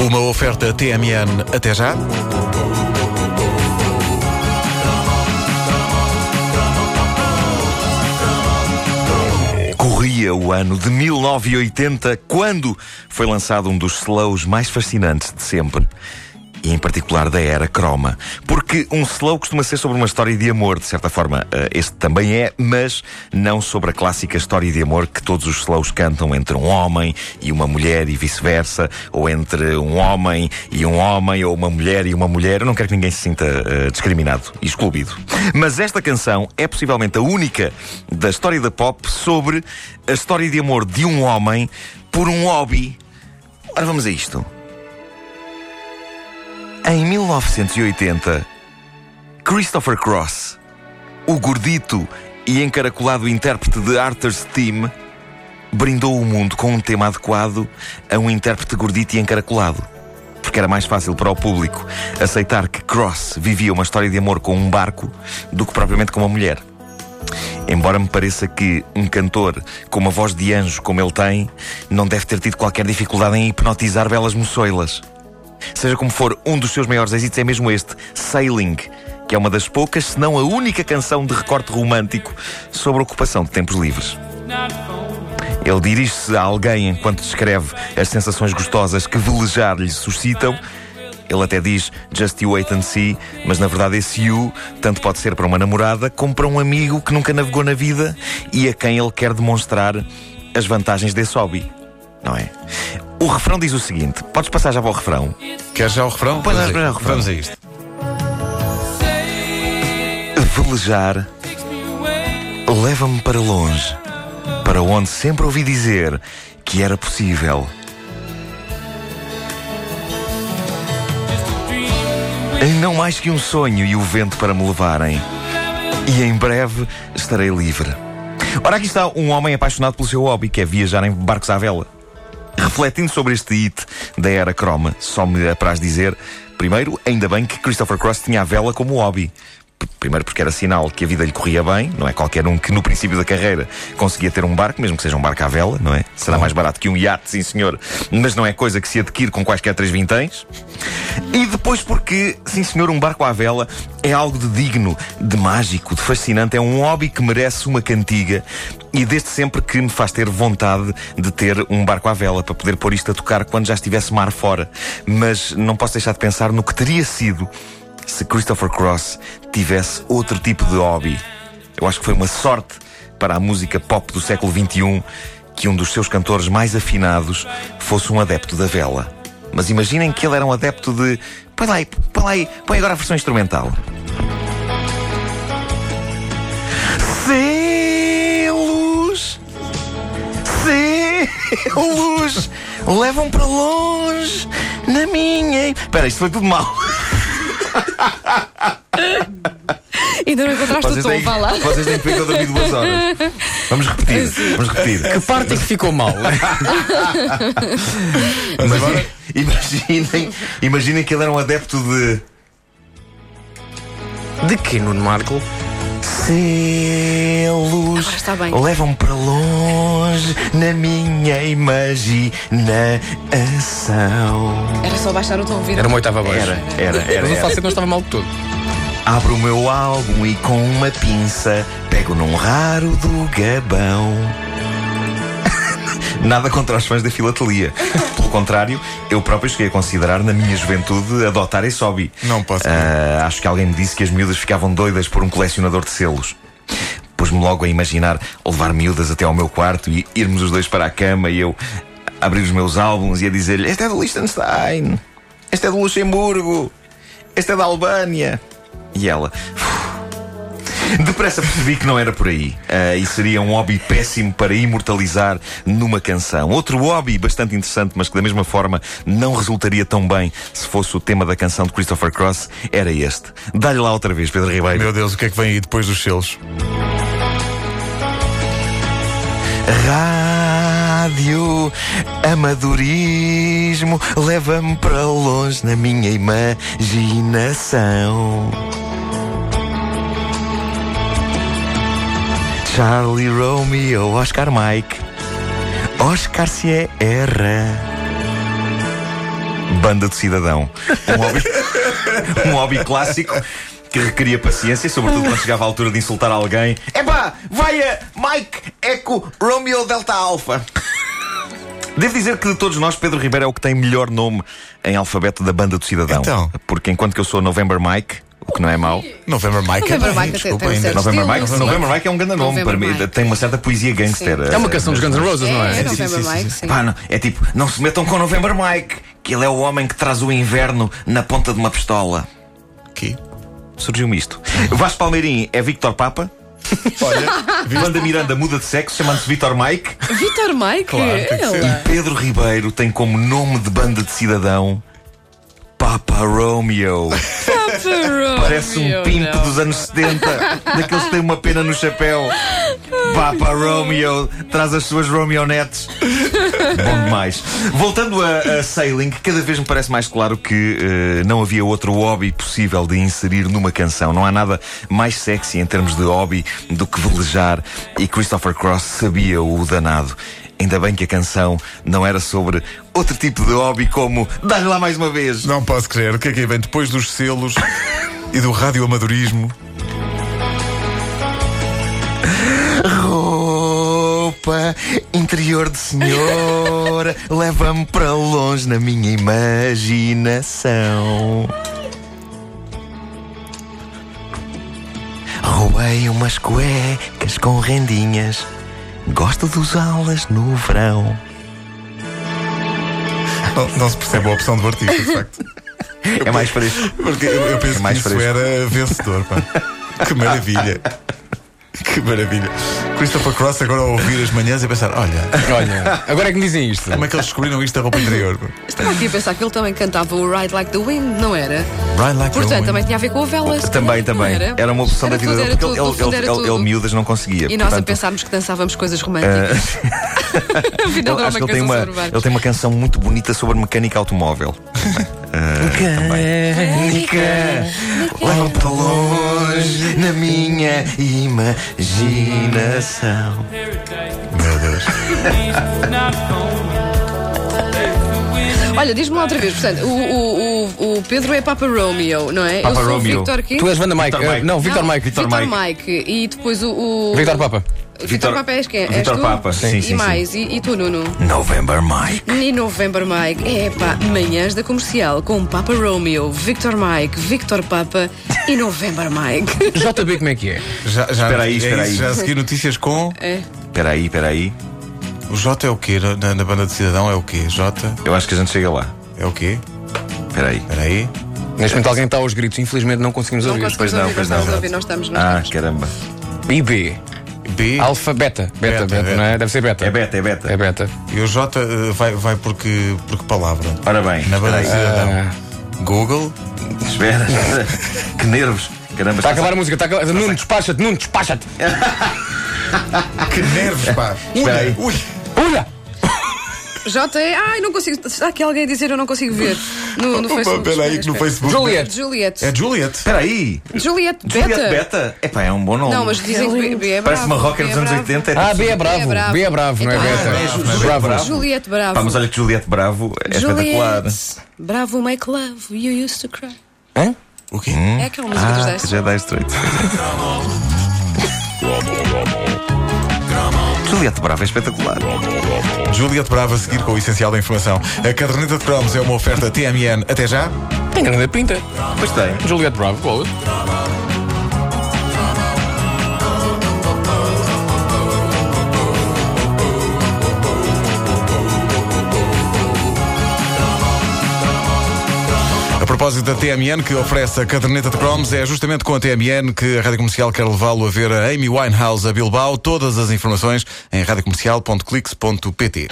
Uma oferta TMN até já. Corria o ano de 1980, quando foi lançado um dos slows mais fascinantes de sempre. E em particular da era croma. Porque um slow costuma ser sobre uma história de amor, de certa forma. eh, Este também é, mas não sobre a clássica história de amor que todos os slows cantam entre um homem e uma mulher e vice-versa, ou entre um homem e um homem, ou uma mulher e uma mulher. Eu não quero que ninguém se sinta eh, discriminado e excluído. Mas esta canção é possivelmente a única da história da pop sobre a história de amor de um homem por um hobby. Ora, vamos a isto. Em 1980, Christopher Cross, o gordito e encaracolado intérprete de Arthur's Theme, brindou o mundo com um tema adequado a um intérprete gordito e encaracolado. Porque era mais fácil para o público aceitar que Cross vivia uma história de amor com um barco do que propriamente com uma mulher. Embora me pareça que um cantor com uma voz de anjo como ele tem, não deve ter tido qualquer dificuldade em hipnotizar belas moçoilas. Seja como for, um dos seus maiores êxitos é mesmo este, Sailing, que é uma das poucas, se não a única canção de recorte romântico sobre a ocupação de tempos livres. Ele dirige-se a alguém enquanto descreve as sensações gostosas que velejar lhe suscitam. Ele até diz just you wait and see, mas na verdade esse you tanto pode ser para uma namorada como para um amigo que nunca navegou na vida e a quem ele quer demonstrar as vantagens desse hobby, não é? O refrão diz o seguinte: podes passar já para o refrão? Quer é, já o refrão? Pois, vamos, vamos a, ao refrão. vamos a isto. Velejar leva-me para longe, para onde sempre ouvi dizer que era possível. Em Não mais que um sonho e o vento para me levarem. E em breve estarei livre. Ora, aqui está um homem apaixonado pelo seu hobby, que é viajar em barcos à vela. Refletindo sobre este hit da era croma, só me apraz dizer, primeiro, ainda bem que Christopher Cross tinha a vela como hobby. P- Primeiro porque era sinal que a vida lhe corria bem, não é qualquer um que no princípio da carreira conseguia ter um barco, mesmo que seja um barco à vela, não é? Será mais barato que um iate, sim senhor, mas não é coisa que se adquire com quaisquer três vintens. E depois porque, sim senhor, um barco à vela é algo de digno, de mágico, de fascinante, é um hobby que merece uma cantiga e desde sempre que me faz ter vontade de ter um barco à vela para poder pôr isto a tocar quando já estivesse mar fora. Mas não posso deixar de pensar no que teria sido se Christopher Cross tivesse outro tipo de hobby. Eu acho que foi uma sorte para a música pop do século XXI que um dos seus cantores mais afinados fosse um adepto da vela. Mas imaginem que ele era um adepto de. Põe lá aí, põe lá aí, põe agora a versão instrumental. Selos! Selos! Levam para longe na minha. Espera, isto foi tudo mal. Ainda não encontraste o tom, vá lá. vocês têm que ver que eu dormi duas horas. Vamos repetir, vamos repetir. Que parte é que ficou mal? Mas agora, imaginem, imaginem que ele era um adepto de. De que, Nuno Marco? Selos Agora está bem. levam para longe na minha imaginação. Era só baixar o tom, Vitor. Era uma oitava abaixo. Era, era, era. Mas o era. falsete não estava mal de todo. Abro o meu álbum e com uma pinça pego num raro do gabão. Nada contra os fãs da filatelia. Pelo contrário, eu próprio cheguei a considerar na minha juventude adotar esse hobby. Não posso crer. Ah, acho que alguém me disse que as miúdas ficavam doidas por um colecionador de selos. Pus-me logo a imaginar levar miúdas até ao meu quarto e irmos os dois para a cama e eu abrir os meus álbuns e a dizer-lhe: Este é do Liechtenstein, este é do Luxemburgo, este é da Albânia. E ela. "Uf." Depressa percebi que não era por aí ah, e seria um hobby péssimo para imortalizar numa canção. Outro hobby bastante interessante, mas que da mesma forma não resultaria tão bem se fosse o tema da canção de Christopher Cross, era este. Dá-lhe lá outra vez, Pedro Ribeiro. Meu Deus, o que é que vem aí depois dos selos? Rádio Amadorismo leva-me para longe na minha imaginação. Charlie Romeo, Oscar Mike, Oscar é Sierra. Banda do Cidadão. Um hobby, um hobby clássico que requeria paciência, sobretudo quando chegava à altura de insultar alguém. Epá, vai a Mike Eco Romeo Delta Alpha. Devo dizer que de todos nós, Pedro Ribeiro é o que tem melhor nome em alfabeto da Banda do Cidadão. Então. Porque enquanto que eu sou November Mike, o que não é mau. November Mike é November bem, Mike desculpa tem ainda. certo. November Estilo, Mike, sim. November Mike é um grande nome November para mim. Mike. Tem uma certa poesia gangster. Sim. É uma canção dos Guns N' Roses, não É, é? November Mike, sim. Pá, não- é tipo, não se metam com November Mike, que ele é o homem que traz o inverno na ponta de uma pistola. Aqui. Surgiu-me isto. Vasco Palmeirim é Victor Papa. Olha, Wanda Miranda muda de sexo, chamando-se Victor Mike. Vitor Mike? Claro, tem que ser. Ela. Pedro Ribeiro tem como nome de banda de cidadão Papa Romeo. é Papa Parece um Romeo, pinto não. dos anos 70, daqueles que têm uma pena no chapéu. Papa Romeo traz as suas Romeonettes. Bom demais. Voltando a, a sailing, cada vez me parece mais claro que eh, não havia outro hobby possível de inserir numa canção. Não há nada mais sexy em termos de hobby do que velejar e Christopher Cross sabia o danado. Ainda bem que a canção não era sobre outro tipo de hobby como Dá-lhe lá mais uma vez. Não posso crer. O que é que aí vem depois dos selos e do radioamadorismo? Roupa interior de senhora leva-me para longe na minha imaginação. Roubei umas cuecas com rendinhas, gosto de usá-las no verão. Não, não se percebe a opção do artista, de facto. É mais fresco. Porque eu, eu penso É mais que isso fresco. era vencedor, pá. Que maravilha. Que maravilha. Christopher Cross agora a ouvir as manhãs e a pensar: olha, Olha, agora é que me dizem isto. como é que eles descobriram isto da roupa interior? Estava aqui a pensar que ele também cantava o Ride Like the Wind, não era? Ride like the Portanto, wind. também tinha a ver com a vela. se Também, calhar, não também. Era? uma opção é Era da vida tudo, dele, era porque ele, tudo, ele, tudo, ele, era ele- tudo. ele miúdas não conseguia. E nós a portanto, pensarmos que dançávamos coisas românticas. ele, Afinal, era acho que ele tem, é uma canção uma, sobre barcos. ele tem uma canção muito bonita sobre mecânica automóvel. Eh, Mecânica Leva-me para longe Na minha imaginação Meu Deus. Olha, diz-me lá outra vez, portanto, o, o- o- o Pedro é Papa Romeo, não é? Papa Eu sou o Romeo. Victor quê? Tu és Wanda Mike. Victor eh, Mike. Não, Victor Não, Mike. Victor Victor Mike. E depois o. o Victor Papa. Victor, Victor- Papa és quem? és Victor tu? Papa, sim, sim, E sim. mais, E, e tu, Nuno? November Mike E November Mike, epá, manhãs da comercial com Papa Romeo, Victor Mike, Victor Papa e November Mike. JB, como é que é? Já, já, Espera aí, é espera isso, Já aí. a seguir notícias com. É. Espera aí, espera aí O J é o quê? Na, na banda de cidadão é o quê? J Eu acho que a gente chega lá é o quê? Espera aí Espera aí. Neste momento alguém está aos gritos, infelizmente não conseguimos Não ouvir. conseguimos não, ouvir, pois não. estamos a ouvir, nós estamos, nós Ah, estamos. caramba IB. B. Alfa, beta. Beta, Beta, beta, beta. não é? Deve ser beta. É beta, é É beta beta. E o J eh, vai, vai porque, porque palavra? Ora bem, Na banda espera aí. do cidadão. Google. Espera, espera. Que nervos Caramba, Está a acabar a música. Está a acabar. Nuno, despacha-te. Nuno, despacha-te. Ah, Que nervos, pá. Espera aí. Ui. Olha! J é. Ai, não consigo. Está aqui alguém a dizer, eu não consigo ver. No, no Opa, Facebook. espera aí que no espera, Facebook. Juliet. Juliette. É Juliet. Espera aí Juliette Beta. Juliette Beta Epá, é um bom nome Não, mas dizem que B, B é bravo. Parece uma rocker B é dos anos tipo bravo. 80 era Ah, isso. B é B é bravo. bravo. B é bravo, não é Então, beta. ah, é Juliette Bravo. Juliette Bravo. Pá, mas olha que Juliette Bravo é espetacular Juliette, Bravo, make love, you used to cry. Hã? O quê? É aquela música dos que 10. Ah, já dá estreito. Juliette Brava é espetacular. Juliet Bravo a seguir com o essencial da informação. A caderneta de cromos é uma oferta TMN. Até já. Tem grande pinta. Pois tem. Juliette Bravo, boa. A propósito da TMN, que oferece a caderneta de cromos, é justamente com a TMN que a Rádio Comercial quer levá-lo a ver a Amy Winehouse a Bilbao. Todas as informações em radiocomercial.clix.pt.